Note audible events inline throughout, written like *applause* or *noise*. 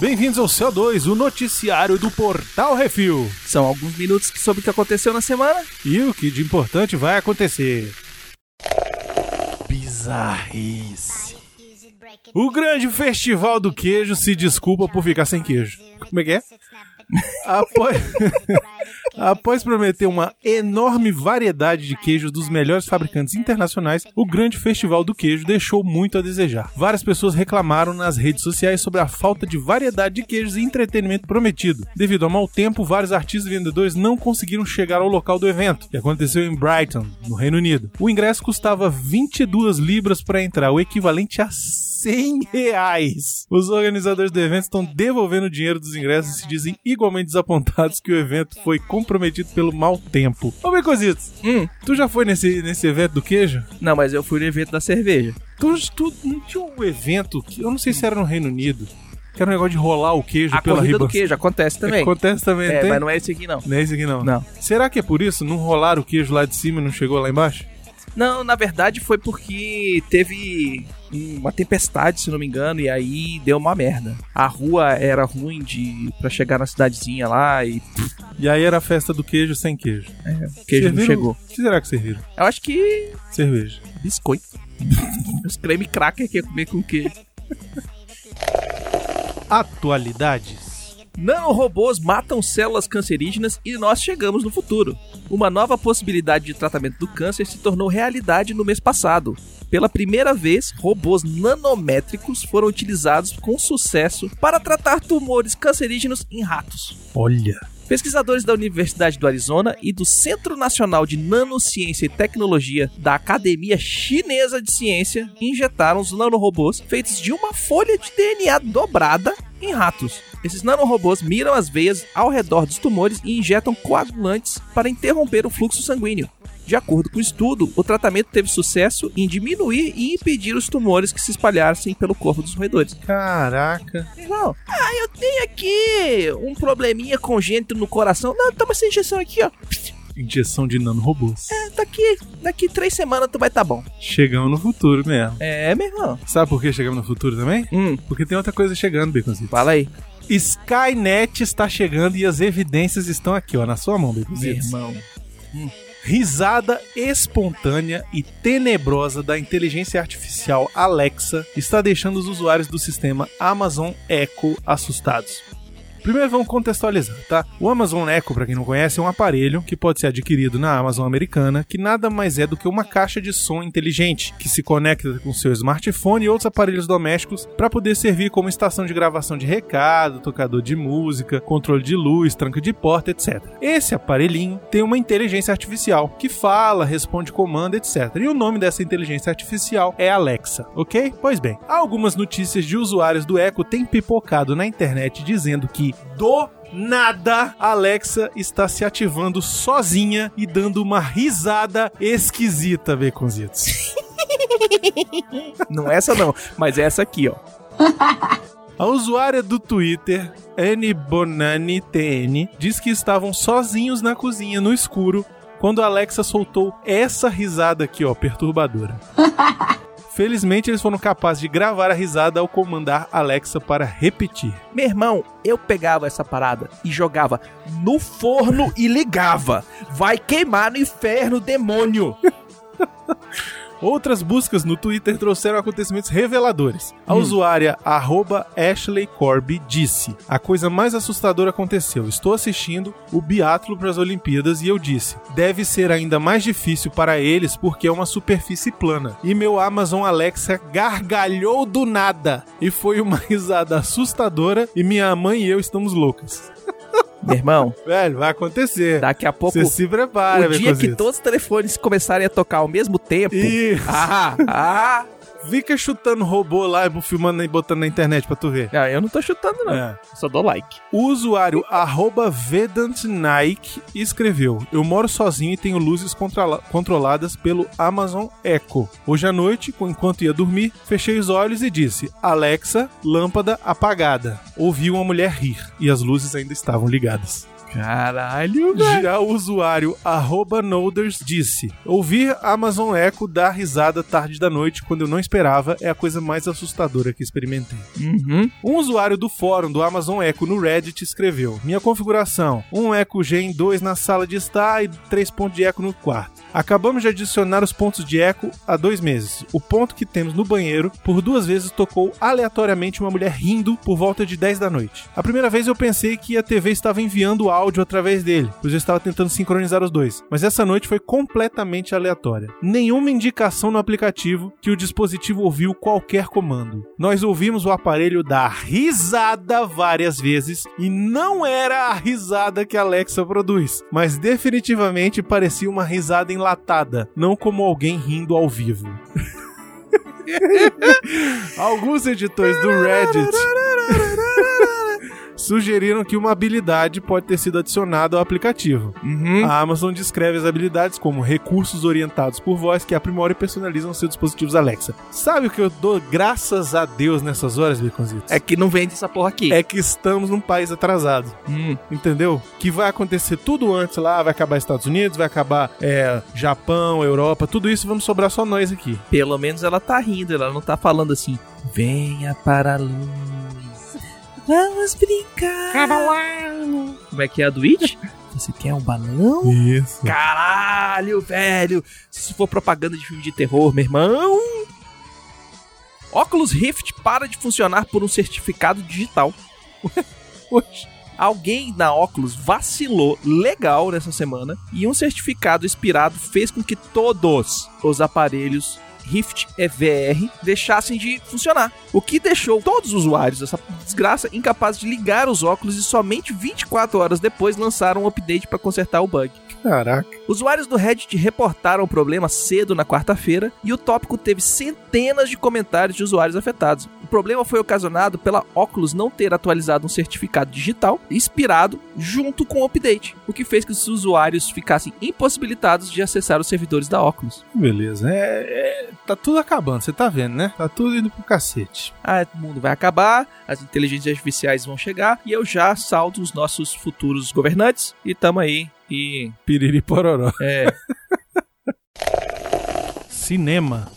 Bem-vindos ao CO2, o noticiário do Portal Refil. São alguns minutos que sobre o que aconteceu na semana. E o que de importante vai acontecer? Bizarrice. O grande festival do queijo se desculpa por ficar sem queijo. Como é que é? Após, *laughs* após prometer uma enorme variedade de queijos dos melhores fabricantes internacionais, o grande festival do queijo deixou muito a desejar. Várias pessoas reclamaram nas redes sociais sobre a falta de variedade de queijos e entretenimento prometido. Devido ao mau tempo, vários artistas e vendedores não conseguiram chegar ao local do evento, que aconteceu em Brighton, no Reino Unido. O ingresso custava 22 libras para entrar, o equivalente a 100 *laughs* reais. Os organizadores do evento estão devolvendo o dinheiro dos ingressos e se dizem igualmente desapontados que o evento foi comprometido pelo mau tempo. Ô, Bicositos, Hum, tu já foi nesse, nesse evento do queijo? não, mas eu fui no evento da cerveja. Tu, tu não tinha um evento que eu não sei se era no Reino Unido, que era um negócio de rolar o queijo A pela corrida riba. *laughs* do queijo acontece também. Acontece também, É, tem? mas não é esse aqui não. Não é isso aqui não. Não. Será que é por isso? Não rolaram o queijo lá de cima e não chegou lá embaixo? Não, na verdade foi porque teve uma tempestade, se não me engano, e aí deu uma merda. A rua era ruim de para chegar na cidadezinha lá e E aí era a festa do queijo sem queijo. o queijo não Serviram- chegou. O que será que serviram? Eu acho que Cerveja. biscoito. *laughs* Os creme cracker que ia comer com queijo. Atualidades. Nanorobôs matam células cancerígenas e nós chegamos no futuro. Uma nova possibilidade de tratamento do câncer se tornou realidade no mês passado. Pela primeira vez, robôs nanométricos foram utilizados com sucesso para tratar tumores cancerígenos em ratos. Olha. Pesquisadores da Universidade do Arizona e do Centro Nacional de Nanociência e Tecnologia da Academia Chinesa de Ciência injetaram os nanorobôs feitos de uma folha de DNA dobrada em ratos. Esses nanorobôs miram as veias ao redor dos tumores e injetam coagulantes para interromper o fluxo sanguíneo. De acordo com o estudo, o tratamento teve sucesso em diminuir e impedir os tumores que se espalhassem pelo corpo dos roedores. Caraca. Irmão, ah, eu tenho aqui um probleminha congênito no coração. Não, toma essa injeção aqui, ó. Injeção de nanorobôs. É, Daqui, daqui três semanas tu vai tá bom. Chegamos no futuro mesmo. É, meu irmão. Sabe por que chegamos no futuro também? Hum, Porque tem outra coisa chegando, Baconzitos. fala aí. Skynet está chegando e as evidências estão aqui, ó, na sua mão, Baconzitos. irmão. Risada espontânea e tenebrosa da inteligência artificial Alexa está deixando os usuários do sistema Amazon Echo assustados. Primeiro vamos contextualizar, tá? O Amazon Echo, pra quem não conhece, é um aparelho que pode ser adquirido na Amazon americana, que nada mais é do que uma caixa de som inteligente que se conecta com seu smartphone e outros aparelhos domésticos para poder servir como estação de gravação de recado, tocador de música, controle de luz, tranca de porta, etc. Esse aparelhinho tem uma inteligência artificial que fala, responde comando, etc. E o nome dessa inteligência artificial é Alexa, ok? Pois bem, algumas notícias de usuários do Echo têm pipocado na internet dizendo que do nada a Alexa está se ativando sozinha e dando uma risada esquisita, Baconzitos. *laughs* Não é essa não, mas é essa aqui, ó. A usuária do Twitter, Anne Bonani TN, diz que estavam sozinhos na cozinha no escuro quando a Alexa soltou essa risada aqui, ó, perturbadora. Felizmente eles foram capazes de gravar a risada ao comandar a Alexa para repetir. Meu irmão, eu pegava essa parada e jogava no forno e ligava. Vai queimar no inferno, demônio. Outras buscas no Twitter trouxeram acontecimentos reveladores. Hum. A usuária arroba Ashley Corby disse: A coisa mais assustadora aconteceu. Estou assistindo o biatlo para as Olimpíadas e eu disse: Deve ser ainda mais difícil para eles porque é uma superfície plana. E meu Amazon Alexa gargalhou do nada. E foi uma *laughs* risada assustadora e minha mãe e eu estamos loucas. Meu irmão, Velho, vai acontecer. daqui a pouco, Você se prepara, o dia que Becozito. todos os telefones começarem a tocar ao mesmo tempo... Ih, Ah, ah... Fica chutando robô lá e filmando e botando na internet pra tu ver. Não, Ah, eu não tô chutando, não. É. Só dou like. O usuário arroba VedantNike escreveu: Eu moro sozinho e tenho luzes controla- controladas pelo Amazon Echo. Hoje à noite, enquanto ia dormir, fechei os olhos e disse: Alexa, lâmpada apagada. Ouvi uma mulher rir e as luzes ainda estavam ligadas. Caralho, velho. Já o usuário arroba Noders disse: Ouvir Amazon Echo dar risada tarde da noite quando eu não esperava é a coisa mais assustadora que experimentei. Uhum. Um usuário do fórum do Amazon Echo no Reddit escreveu: Minha configuração: um Echo Gen 2 na sala de estar e três pontos de eco no quarto. Acabamos de adicionar os pontos de eco há dois meses. O ponto que temos no banheiro por duas vezes tocou aleatoriamente uma mulher rindo por volta de 10 da noite. A primeira vez eu pensei que a TV estava enviando áudio através dele, pois eu estava tentando sincronizar os dois, mas essa noite foi completamente aleatória. Nenhuma indicação no aplicativo que o dispositivo ouviu qualquer comando. Nós ouvimos o aparelho dar risada várias vezes e não era a risada que a Alexa produz, mas definitivamente parecia uma risada enlatada, não como alguém rindo ao vivo. *laughs* Alguns editores do Reddit sugeriram que uma habilidade pode ter sido adicionada ao aplicativo. Uhum. A Amazon descreve as habilidades como recursos orientados por voz que aprimoram e personalizam seus dispositivos Alexa. Sabe o que eu dou graças a Deus nessas horas, Baconzitos? É que não vende essa porra aqui. É que estamos num país atrasado, Hum. entendeu? Que vai acontecer tudo antes lá, vai acabar Estados Unidos, vai acabar é, Japão, Europa, tudo isso, vamos sobrar só nós aqui. Pelo menos ela tá rindo, ela não tá falando assim. Venha para a luz. Vamos brincar. Como é que é a do It? Você quer um balão? Isso. Caralho, velho! Se isso for propaganda de filme de terror, meu irmão! Óculos Rift para de funcionar por um certificado digital. *laughs* Oxe. Alguém na Óculos vacilou legal nessa semana e um certificado expirado fez com que todos os aparelhos Rift EVR deixassem de funcionar, o que deixou todos os usuários dessa desgraça incapazes de ligar os óculos e somente 24 horas depois lançaram um update para consertar o bug. Caraca. Usuários do Reddit reportaram o problema cedo na quarta-feira e o tópico teve centenas de comentários de usuários afetados. O problema foi ocasionado pela Oculus não ter atualizado um certificado digital expirado junto com o update, o que fez que os usuários ficassem impossibilitados de acessar os servidores da Oculus. Beleza. É, é- tá tudo acabando, você tá vendo, né? Tá tudo indo pro cacete. Ah, o mundo vai acabar, as inteligências artificiais vão chegar e eu já salto os nossos futuros governantes e tamo aí e Piriri pororó. é, Cinema.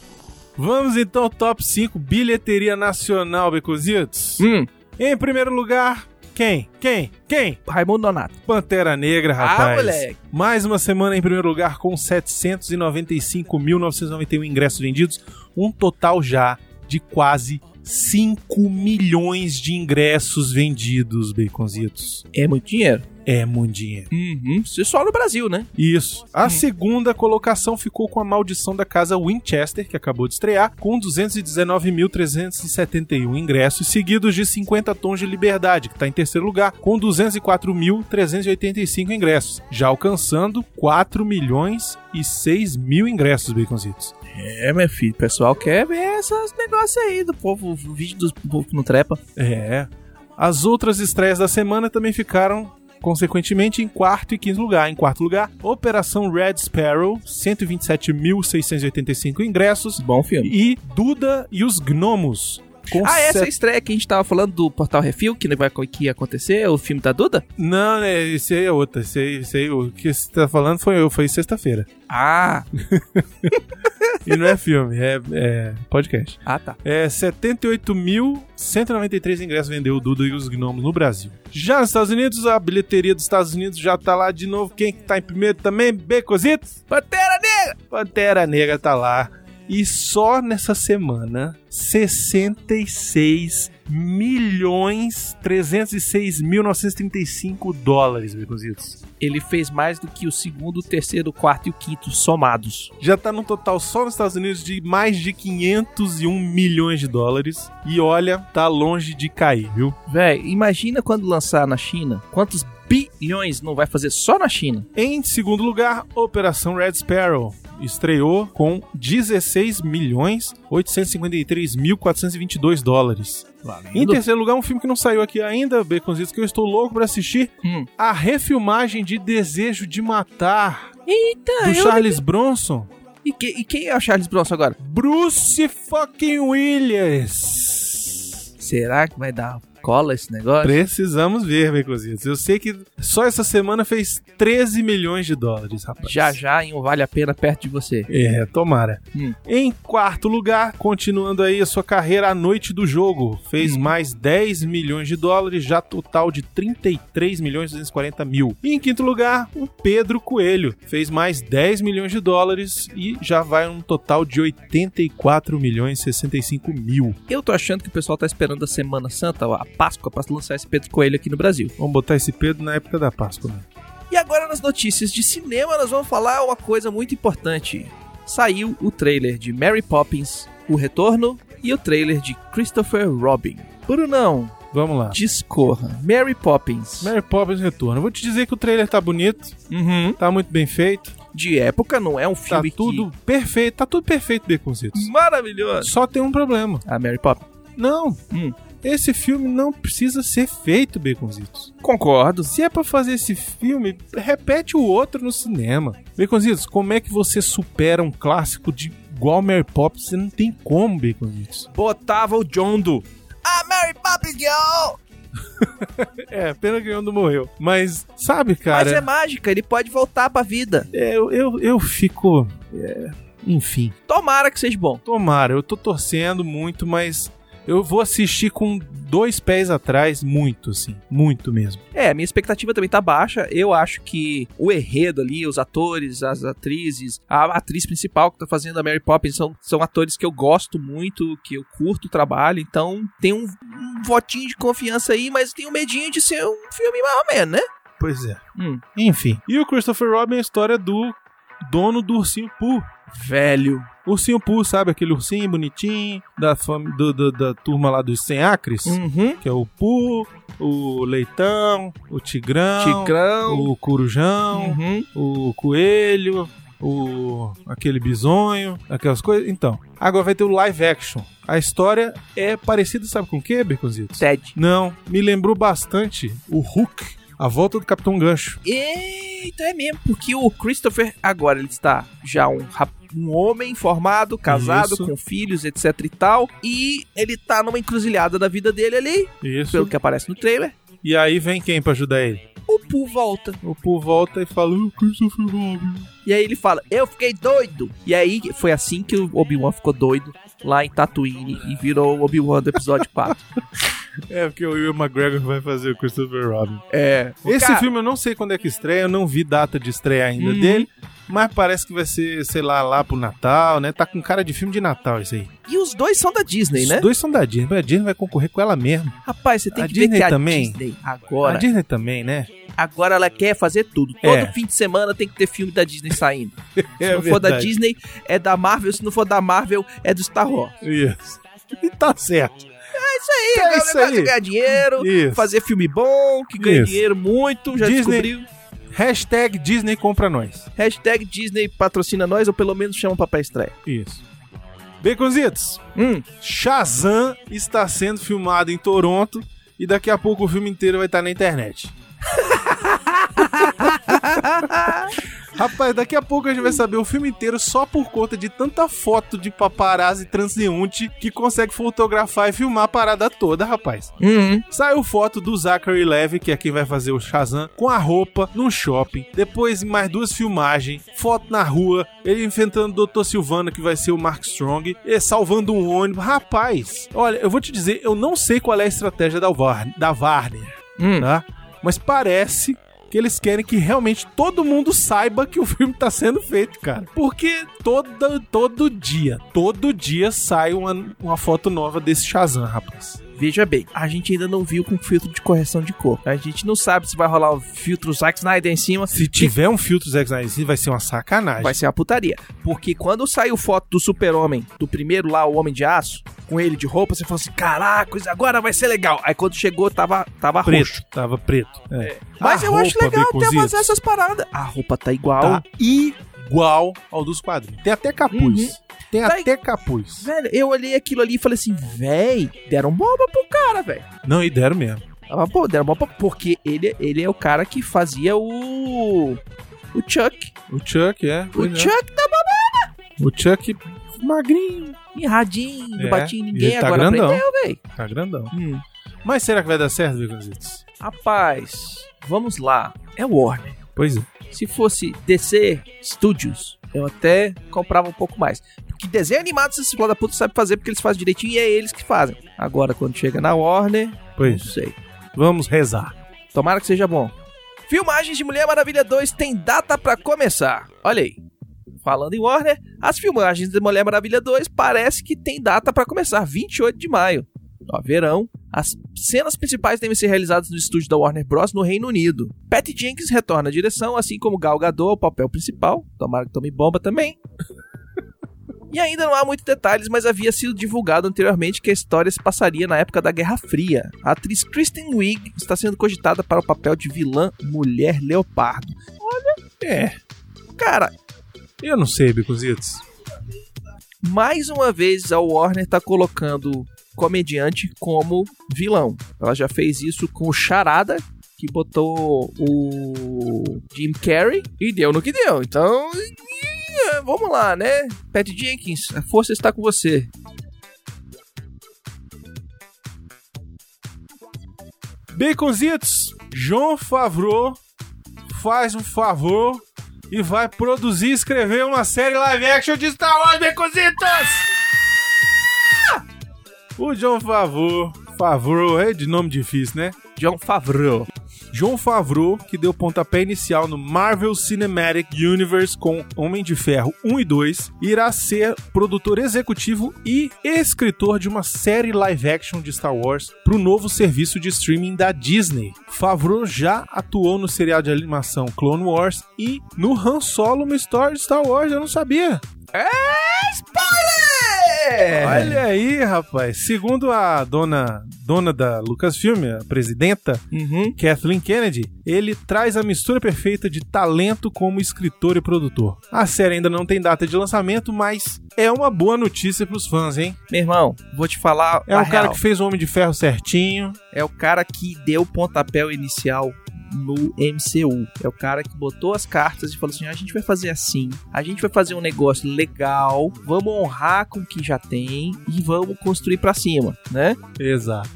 Vamos então ao top 5 bilheteria nacional, Becozitos. hum, Em primeiro lugar, quem? Quem? Quem? Raimundo Donato. Pantera Negra, rapaz. Ah, moleque. Mais uma semana em primeiro lugar com 795.991 ingressos vendidos, um total já de quase 5 milhões de ingressos vendidos, Baconzitos. É muito dinheiro. É muito dinheiro. Uhum. Isso só no Brasil, né? Isso. A Hum. segunda colocação ficou com a maldição da casa Winchester, que acabou de estrear, com 219.371 ingressos, seguidos de 50 Tons de Liberdade, que está em terceiro lugar, com 204.385 ingressos, já alcançando 4 milhões e 6 mil ingressos, Baconzitos. É, meu filho, o pessoal quer ver esses negócios aí do povo, o vídeo do povo que não trepa. É. As outras estreias da semana também ficaram, consequentemente, em quarto e quinto lugar. Em quarto lugar, Operação Red Sparrow, 127.685 ingressos, Bom filme. e Duda e os Gnomos. Com Ah, essa é a set- estreia que a gente tava falando do Portal Refil, que vai que ia acontecer, o filme da Duda? Não, né? Esse aí é outra. Esse aí, esse aí- o que você tá falando foi eu, foi sexta-feira. Ah, E não é filme, é, é podcast. ah tá. É 78.193 ingressos vendeu o Duda e os Gnomos no Brasil. Já nos Estados Unidos, a bilheteria dos Estados Unidos já tá lá de novo. Quem que tá em primeiro também? Becositos? Pantera Negra! Pantera Negra tá lá. E só nessa semana, 66 milhões 306.935 dólares, Beconzitos. Ele fez mais do que o segundo, o terceiro, o quarto e o quinto somados. Já tá num total só nos Estados Unidos de mais de 501 milhões de dólares. E olha, tá longe de cair, viu? Véi, imagina quando lançar na China, quantos bilhões não vai fazer só na China? Em segundo lugar, Operação Red Sparrow. Estreou com 16 milhões 853.422 dólares. Em terceiro lugar, um filme que não saiu aqui ainda, Baconzitos, que eu estou louco pra assistir. Hum. A refilmagem de Desejo de Matar, Eita, do Charles Bronson. E, que- e quem é o Charles Bronson agora? Bruce fucking Willis. Será que vai dar cola esse negócio? Precisamos ver, Micrositos. Eu sei que só essa semana fez 13 milhões de dólares, rapaz. Já já em um Vale a Pena perto de você. É, tomara. Hum. Em quarto lugar, continuando aí a sua carreira à noite do jogo, fez Hum. mais 10 milhões de dólares, já total de 33 milhões e 240 mil. E em quinto lugar, o Pedro Coelho, fez mais 10 milhões de dólares e já vai um total de 84 milhões e 65 mil. Eu tô achando que o pessoal tá esperando a Semana Santa, a Páscoa, pra lançar esse Pedro Coelho aqui no Brasil. Vamos botar esse Pedro na época da Páscoa, né? E agora nas notícias de cinema nós vamos falar uma coisa muito importante. Saiu o trailer de Mary Poppins, O Retorno e o trailer de Christopher Robin. Brunão, Vamos lá. discorra. Mary Poppins. Mary Poppins retorna. Vou te dizer que o trailer tá bonito, Uhum. tá muito bem feito, De época não é um tá filme tudo perfeito, tá tudo perfeito, Beconzitos. que... maravilhoso. Só tem um problema. A Mary Poppins. Não, Hum. esse filme não precisa ser feito, Baconzitos. Concordo. Se é pra fazer esse filme, repete o outro no cinema. Baconzitos, como é que você supera um clássico de igual Mary Poppins? Você não tem como, Baconzitos. Botava o Jondo. A Mary Poppins, girl! É, pena que o Yondo morreu. Mas, sabe, Mas é cara, mágica, ele pode voltar pra vida. é, eu, eu, eu fico... é, enfim. Tomara que seja bom. Tomara, eu tô torcendo muito, mas eu vou assistir com dois pés atrás, muito, assim. Muito mesmo. É, minha expectativa também tá baixa. Eu acho que o enredo ali, os atores, as atrizes, a atriz principal que tá fazendo a Mary Poppins são, são atores que eu gosto muito, que eu curto o trabalho, então tem um, um votinho de confiança aí, mas tem um medinho de ser um filme mais ou menos, né? Pois é. Hum. Enfim. E o Christopher Robin é a história do dono do ursinho Pooh. Velho. Ursinho Pooh, sabe? Aquele ursinho bonitinho da, fam- do- do- da turma lá dos sem acres. Uhum. Que é o Pooh, o Leitão, o Tigrão, Ticrão. o Corujão, Uhum. o coelho, o aquele bisonho, aquelas coisas. Então, agora vai ter o live action. A história é parecida, sabe com o que, Beconzitos? Ted. Não, me lembrou bastante o Hulk, a volta do Capitão Gancho. Eita, é mesmo, porque o Christopher agora ele está já um, rap- um homem formado, casado, Isso. com filhos, etc e tal, e ele tá numa encruzilhada da vida dele ali, Isso. pelo que aparece no trailer. E aí vem quem pra ajudar ele? O Pooh volta. O Pooh volta e fala: "O Christopher Robin". E aí ele fala: "Eu fiquei doido". E aí foi assim que o Obi-Wan ficou doido lá em Tatooine e virou o Obi-Wan do episódio *laughs* 4. É porque o Will McGregor vai fazer o Christopher Robin. é. Esse cara, filme eu não sei quando é que estreia, eu não vi data de estreia ainda Uhum. dele, mas parece que vai ser, sei lá, lá pro Natal, né? Tá com cara de filme de Natal isso aí. E os dois são da Disney, Os né? dois são da Disney, mas a Disney vai concorrer com ela mesmo. Rapaz, você tem A que Disney ver que a também? Disney agora A Disney também, né? Agora ela quer fazer tudo. Todo É. fim de semana tem que ter filme da Disney saindo. Se não for da Disney, é da Marvel. Se não for da Marvel, é do Star Wars. Isso. *laughs* E tá certo. Aí, É agora o isso negócio aí. é ganhar dinheiro, Isso. fazer filme bom, que ganha Isso. dinheiro muito. Já Disney- descobriu. Hashtag Disney compra nós. Hashtag Disney patrocina nós, ou pelo menos chama pra pé estreia. Isso. Baconzitos, Hum, Shazam está sendo filmado em Toronto e daqui a pouco o filme inteiro vai estar na internet. Rapaz, daqui a pouco a gente vai saber o filme inteiro só por conta de tanta foto de paparazzi transeunte que consegue fotografar e filmar a parada toda, rapaz. hum. Saiu foto do Zachary Levy, que é quem vai fazer o Shazam, com a roupa num shopping. Depois, mais duas filmagens, foto na rua, ele enfrentando o Dr. Silvano, que vai ser o Mark Strong, e salvando um ônibus. Rapaz, olha, eu vou te dizer, eu não sei qual é a estratégia da, Var da Warner, hum. tá? Mas parece que eles querem que realmente todo mundo saiba que o filme tá sendo feito, cara. Porque todo, todo dia, todo dia sai uma, uma foto nova desse Shazam, rapaz. Veja bem, a gente ainda não viu com filtro de correção de cor. A gente não sabe se vai rolar o filtro Zack Snyder em cima. Se tiver um filtro Zack Snyder, vai ser uma sacanagem. Vai ser uma putaria. Porque quando saiu foto do super-homem, do primeiro lá, o Homem de Aço, com ele de roupa, você falou assim: caraca, isso agora vai ser legal. Aí quando chegou, tava, tava preto. roxo. Tava preto. É. Mas A eu acho roupa, legal até Baconzitos, fazer essas paradas. A roupa tá igual. assim, Tá igual ao dos quadrinhos. Tem até capuz. Uhum. Tem Tá até capuz. Velho, eu olhei aquilo ali e falei assim: véi, deram bomba pro cara, velho. Não, e deram mesmo. Ah, pô, deram bomba porque ele, ele é o cara que fazia o. O Chuck. O Chuck, é. O pois é. Chuck tá O Chuck magrinho. mirradinho, não É, batia em e ninguém, ele tá agora grandão. aprendeu, velho. Tá grandão. Mas será que vai dar certo, Baconzitos? Rapaz, vamos lá. É Warner. Pois é. Se fosse DC Studios, eu até comprava um pouco mais. Porque desenho animado, esses filha da puta sabe fazer porque eles fazem direitinho e é eles que fazem. Agora, quando chega na Warner, não Pois. é. sei. Vamos rezar. Tomara que seja bom. Filmagens de Mulher Maravilha 2 tem data pra começar. Olha aí. Falando em Warner, as filmagens de Mulher Maravilha 2 parece que tem data pra começar, 28 de maio. No verão, as cenas principais devem ser realizadas no estúdio da Warner Bros. no Reino Unido. Patty Jenkins retorna à direção, assim como Gal Gadot ao papel principal. Tomara que tome bomba também. E ainda não há muitos detalhes, mas havia sido divulgado anteriormente que a história se passaria na época da Guerra Fria. A atriz Kristen Wiig está sendo cogitada para o papel de vilã Mulher Leopardo. É. Cara, Eu não sei, Baconzitos. mais uma vez a Warner está colocando comediante como vilão. Ela já fez isso com o Charada, que botou o Jim Carrey e deu no que deu. Então, vamos lá, né? Pat Jenkins, a força está com você. Baconzitos, João Favreau faz um favor e vai produzir e escrever uma série live action de Star Wars, Baconzitos! O João Favreau, Favreau, é de nome difícil, né? John Favreau. João Favreau, que deu pontapé inicial no Marvel Cinematic Universe com Homem de Ferro 1 e 2, irá ser produtor executivo e escritor de uma série live action de Star Wars para o novo serviço de streaming da Disney. Favreau já atuou no serial de animação Clone Wars e no Han Solo, uma história de Star Wars, eu não sabia. Spoiler! Olha aí, rapaz. Segundo a dona, dona da Lucasfilm, a presidenta, Uhum. Kathleen Kennedy, ele traz a mistura perfeita de talento como escritor e produtor. A série ainda não tem data de lançamento, mas é uma boa notícia pros fãs, hein? Meu irmão, vou te falar. É a o cara real. que fez o Homem de Ferro certinho. É o cara que deu o pontapé inicial no MCU. É o cara que botou as cartas e falou assim: a gente vai fazer assim, a gente vai fazer um negócio legal, vamos honrar com o que já tem e vamos construir pra cima, né? Exato.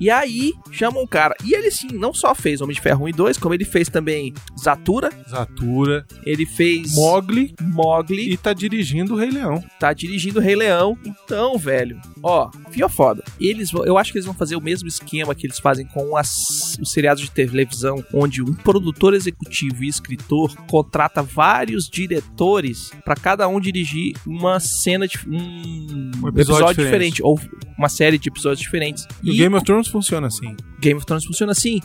E aí chama um cara. E ele sim, não só fez Homem de Ferro 1 e 2, como ele fez também Zatura, Zatura, ele fez Mogli Mogli. e tá dirigindo o Rei Leão. tá dirigindo o Rei Leão. Então, velho, ó, fio foda. Eles vão, eu acho que eles vão fazer o mesmo esquema que eles fazem com as, os seriados de televisão, onde um produtor executivo e escritor contrata vários diretores pra cada um dirigir uma cena de um, Um episódio diferente. ou uma série de episódios diferentes. E o E Game of Thrones funciona assim. Game of Thrones funciona assim,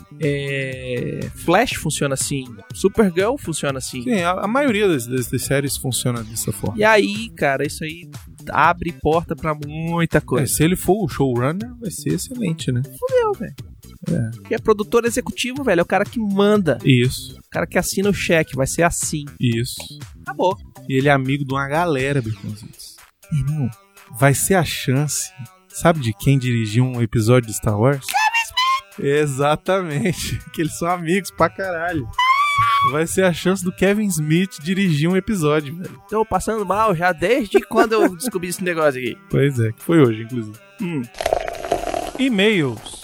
é, Flash funciona assim, Supergirl funciona assim. Sim, a, a maioria das, das- das séries funciona dessa forma. E aí, cara, isso aí abre porta pra muita É, coisa. se ele for o showrunner, vai ser excelente, né? fudeu, velho. E é produtor executivo, velho. É o cara que manda. Isso, O cara que assina o cheque. Vai ser assim. isso. Acabou. E ele é amigo de uma galera, Baconzitos. Irmão. vai ser a chance, sabe de quem dirigiu um episódio de Star Wars? Exatamente, *laughs* que eles são amigos pra caralho. Vai ser a chance do Kevin Smith dirigir um episódio, velho. Tô passando mal já desde quando eu descobri esse negócio aqui. Pois é, que foi hoje, inclusive. Hum. E-mails.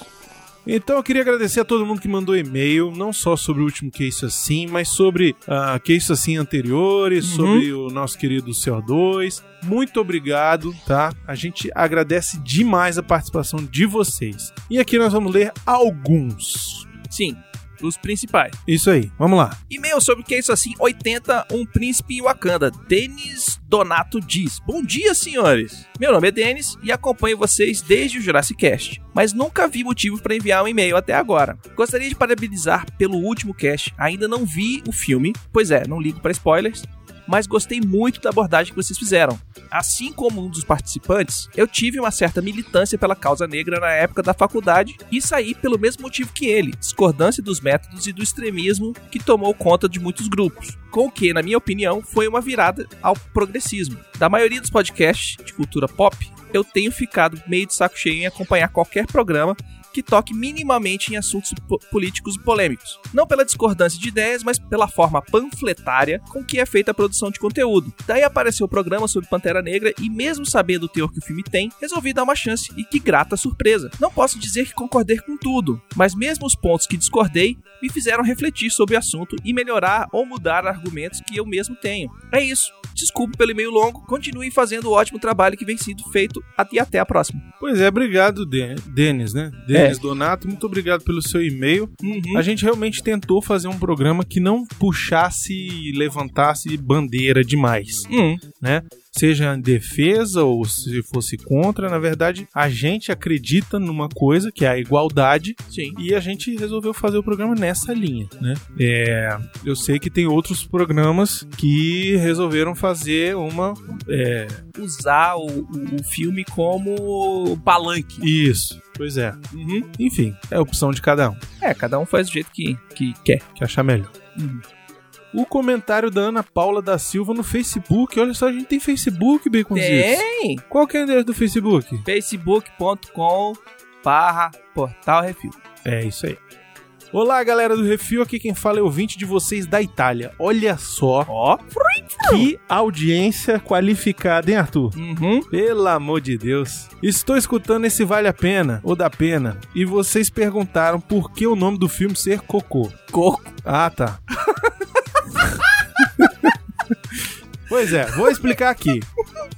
Então eu queria agradecer a todo mundo que mandou e-mail, não só sobre o último que isso assim, mas sobre ah, que isso assim anteriores, Uhum. sobre o nosso querido CO2. Muito obrigado, tá? A gente agradece demais a participação de vocês. E aqui nós vamos ler alguns. Sim. Os principais. Isso aí, vamos lá. E-mail sobre o que é isso assim? 80, um príncipe em Wakanda. Denis Donato diz: Bom dia, senhores. Meu nome é Denis e acompanho vocês desde o Jurassic Cast, mas nunca vi motivo para enviar um e-mail até agora. Gostaria de parabenizar pelo último cast. Ainda não vi o filme, pois é, não ligo para spoilers, mas gostei muito da abordagem que vocês fizeram. Assim como um dos participantes, eu tive uma certa militância pela causa negra na época da faculdade e saí pelo mesmo motivo que ele, discordância dos métodos e do extremismo que tomou conta de muitos grupos, com o que, na minha opinião, foi uma virada ao progressismo. Da maioria dos podcasts de cultura pop, eu tenho ficado meio de saco cheio em acompanhar qualquer programa que toque minimamente em assuntos po- políticos e polêmicos. Não pela discordância de ideias, mas pela forma panfletária com que é feita a produção de conteúdo. Daí apareceu o programa sobre Pantera Negra e, mesmo sabendo o teor que o filme tem, resolvi dar uma chance e que grata surpresa. Não posso dizer que concordei com tudo, mas mesmo os pontos que discordei me fizeram refletir sobre o assunto e melhorar ou mudar argumentos que eu mesmo tenho. É isso. Desculpe pelo e-mail longo, continue fazendo o ótimo trabalho que vem sendo feito e até a próxima. Pois é, obrigado, Den- Denis, né? É. Denis Donato, muito obrigado pelo seu e-mail. A gente realmente tentou fazer um programa que não puxasse e levantasse bandeira demais. Hum. seja em defesa ou se fosse contra, na verdade, a gente acredita numa coisa que é a igualdade Sim. e a gente resolveu fazer o programa nessa linha, né? É, eu sei que tem outros programas que resolveram fazer uma é, usar o, o- o filme como palanque. isso. Pois é. Uhum. Enfim, é a opção de cada um, É, cada um faz do jeito que, que quer. que achar melhor. Uhum. O comentário da Ana Paula da Silva no Facebook. Olha só, a gente tem Facebook, Baconzitos. Tem! Qual que é o endereço do Facebook? facebook.com barra portal refil. É isso aí. Olá, galera do Refil. Aqui quem fala é ouvinte de vocês da Itália. Olha só Ó. que audiência qualificada, hein, Arthur? Uhum. Pelo amor de Deus. Estou escutando esse Vale a Pena, ou da Pena, e vocês perguntaram por que o nome do filme ser Cocô. Coco. Ah, tá. *laughs* pois é, vou explicar aqui.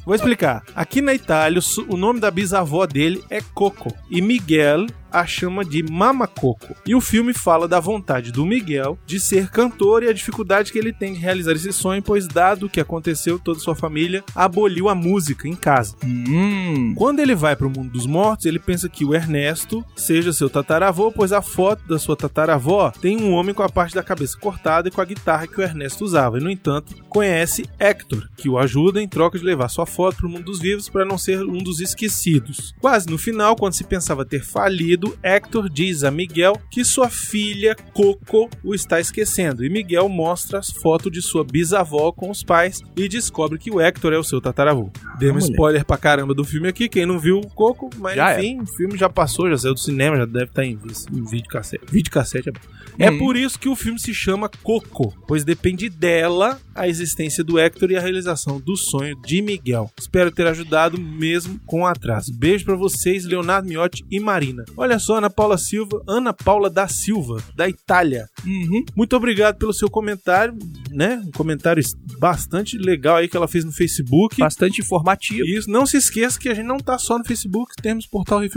Vou explicar. Aqui na Itália, o su- o nome da bisavó dele é Coco. E Miguel a chama de Mama Coco. E o filme fala da vontade do Miguel de ser cantor e a dificuldade que ele tem de realizar esse sonho, pois, dado o que aconteceu, toda sua família aboliu a música em casa. Hum. Quando ele vai pro mundo dos mortos, ele pensa que o Ernesto seja seu tataravô, pois a foto da sua tataravó tem um homem com a parte da cabeça cortada e com a guitarra que o Ernesto usava. E, no entanto, conhece Hector, que o ajuda em troca de levar sua foto pro mundo dos vivos para não ser um dos esquecidos. Quase no final, quando se pensava ter falido, Hector diz a Miguel que sua filha Coco o está esquecendo. E Miguel mostra as fotos de sua bisavó com os pais e descobre que o Hector é o seu tataravô. Dei um moleque. spoiler pra caramba do filme aqui, quem não viu, Coco, mas Já enfim, o filme já passou, já saiu do cinema, já deve estar em, vis- em vídeo cassete. Vídeo cassete é bom. É Uhum. por isso que o filme se chama Coco, pois depende dela a existência do Hector e a realização do sonho de Miguel. Espero ter ajudado mesmo com o atraso. Beijo pra vocês, Leonardo Miotti e Marina. Olha só, Ana Paula Silva, Ana Paula da Silva, da Itália. Uhum. Muito obrigado pelo seu comentário, né? Um comentário bastante legal aí que ela fez no Facebook. Bastante informativo. Isso, não se esqueça que a gente não tá só no Facebook, temos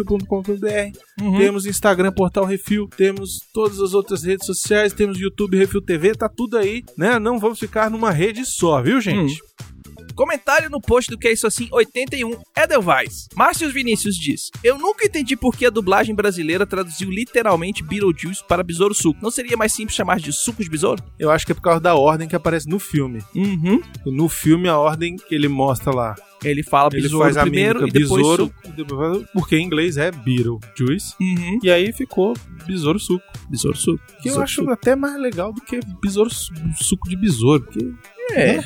portalrefil.com.br, Uhum. temos Instagram Portal Refil, temos todas as outras redes sociais, temos YouTube Refil TV, tá tudo aí, né? Não vamos ficar numa rede só, viu, gente? um Comentário no post do que é isso assim 81 Edelweiss. Márcio Vinícius diz: Eu nunca entendi por que a dublagem brasileira traduziu literalmente Beetlejuice para besouro suco. Não seria mais simples chamar de suco de besouro? Eu acho que é por causa da ordem que aparece no filme. Uhum. E no filme a ordem que ele mostra lá, Ele fala ele besouro faz a primeiro mímica e depois besouro, suco. depois- porque em inglês é Beetlejuice. Uhum. E aí ficou é besouro suco. Besouro suco. Que eu Besouro acho suco. até mais legal do que besouro su- suco de besouro, porque É.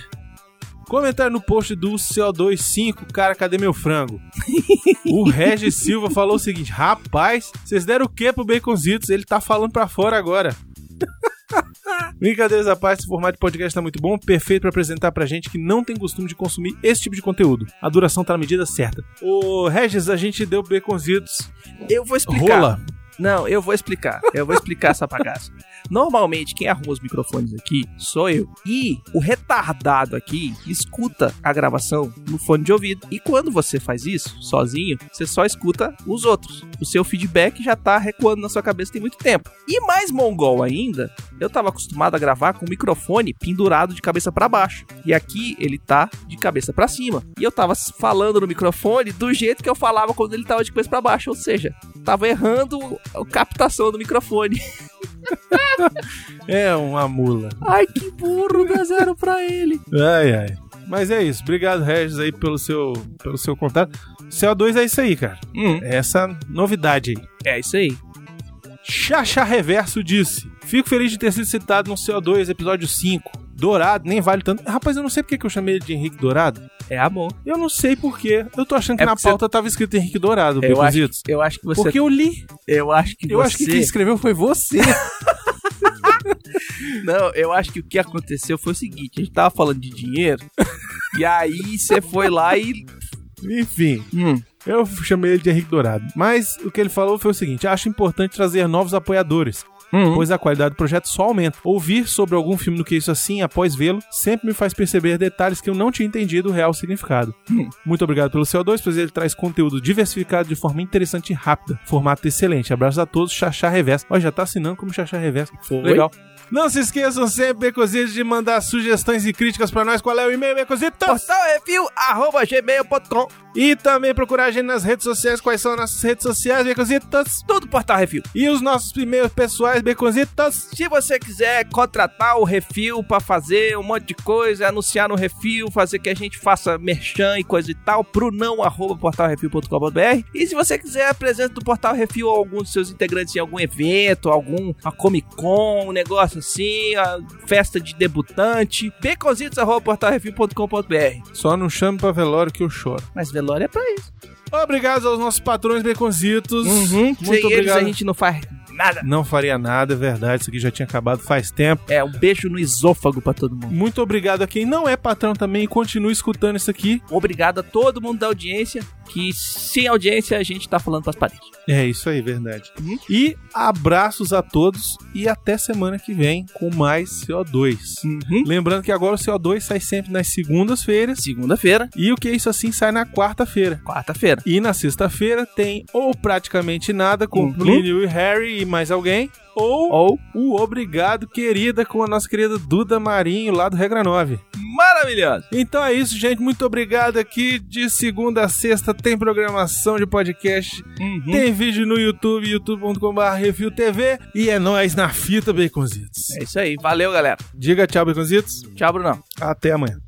Comentário no post do CO25, cara, cadê meu *laughs* frango? o Regis Silva falou o seguinte: rapaz, vocês deram o que pro Baconzitos? Ele tá falando pra fora *laughs* agora. Brincadeiras à parte, esse formato de podcast tá muito bom, perfeito pra apresentar pra gente que não tem costume de consumir esse tipo de conteúdo. A duração tá na medida certa. Ô, Regis, a gente deu Baconzitos. É, Eu vou explicar. Rola? Não, eu vou explicar. Eu vou explicar essa bagaça. Normalmente, quem arruma os microfones aqui sou eu. E o retardado aqui escuta a gravação no fone de ouvido. E quando você faz isso sozinho, você só escuta os outros. O seu feedback já tá recuando na sua cabeça tem muito tempo. E mais mongol ainda, eu tava acostumado a gravar com o microfone pendurado de cabeça pra baixo. E aqui ele tá de cabeça pra cima. E eu tava falando no microfone do jeito que eu falava quando ele tava de cabeça pra baixo. Ou seja, tava errando a captação do microfone. *laughs* É uma mula. Ai, que burro, dá zero pra ele. Ai, ai. Mas é isso. Obrigado, Regis, aí pelo seu, pelo seu contato. CO2 é isso aí, cara. É Hum, essa novidade aí. é isso aí. Chacha Reverso disse: Fico feliz de ter sido citado no CO2, episódio 5. Dourado nem vale tanto. Rapaz, eu não sei porque que eu chamei ele de Henrique Dourado. É amor. Eu não sei porquê. Eu tô achando que É na porque pauta tava escrito Henrique Dourado, Eu acho, Bicuzitos. eu acho que você. Porque eu li. Eu acho que Eu acho que você- quem escreveu foi *laughs* você. Não, eu acho que o que aconteceu foi o seguinte: a gente tava falando de *laughs* dinheiro. e aí você foi lá e. Enfim. Hum, Eu chamei ele de Henrique Dourado. Mas o que ele falou foi o seguinte: acho importante trazer novos apoiadores, hum. pois a qualidade do projeto só aumenta. Ouvir sobre algum filme do que isso assim após vê-lo sempre me faz perceber detalhes que eu não tinha entendido o real significado. Hum. Muito obrigado pelo CO2, pois ele traz conteúdo diversificado de forma interessante e rápida. Formato excelente. Abraços a todos, Xaxá Reverso. Ó, já tá assinando como Xaxá Reverso. Foi. Legal. Não se esqueçam sempre, Becositos, de mandar sugestões e críticas pra nós. Qual é o e-mail, Becositos? portalrefil.gmail.com E também procurar a gente nas redes sociais. Quais são as nossas redes sociais, Beconzitos? Tudo Portal Refil. E os nossos e-mails pessoais, Beconzitos? Se você quiser contratar o Refil pra fazer um monte de coisa, anunciar no Refil, fazer que a gente faça merchan e coisa e tal, pro não arroba portalrefil.com.br. E se você quiser a presença do Portal Refil ou algum dos seus integrantes em algum evento, algum uma Comic Con, um negócio assim, a festa de debutante, beconzitos arroba portalrefil.com.br. Só não chame pra velório que eu choro. Mas velório é pra isso. Obrigado aos nossos patrões, Beconzitos. Uhum. Sem eles Uhum, Muito a obrigado. gente não faz nada. Não faria nada, é verdade. Isso aqui já tinha acabado faz tempo. É, um beijo no esôfago pra todo mundo. Muito obrigado a quem não é patrão também e continua escutando isso aqui. Obrigado a todo mundo da audiência, que sem audiência a gente tá falando pras paredes. É isso aí, verdade. Uhum. E abraços a todos e até semana que vem com mais CO2. Uhum. Lembrando que agora o CO2 sai sempre nas segundas-feiras. Segunda-feira, E o que é isso assim sai na quarta-feira. quarta-feira. E na sexta-feira tem ou praticamente nada com Uhum. Plínio e Harry e mais alguém, ou Ou o Obrigado Querida com a nossa querida Duda Marinho lá do Regra 9. maravilhosa. Então é isso, gente. Muito obrigado aqui. De segunda a sexta tem programação de podcast, tem vídeo no YouTube, youtube.com.br Review TV e é nóis na fita, Baconzitos. É isso aí. Valeu, galera. Diga tchau, Baconzitos. Tchau, Brunão. Até amanhã.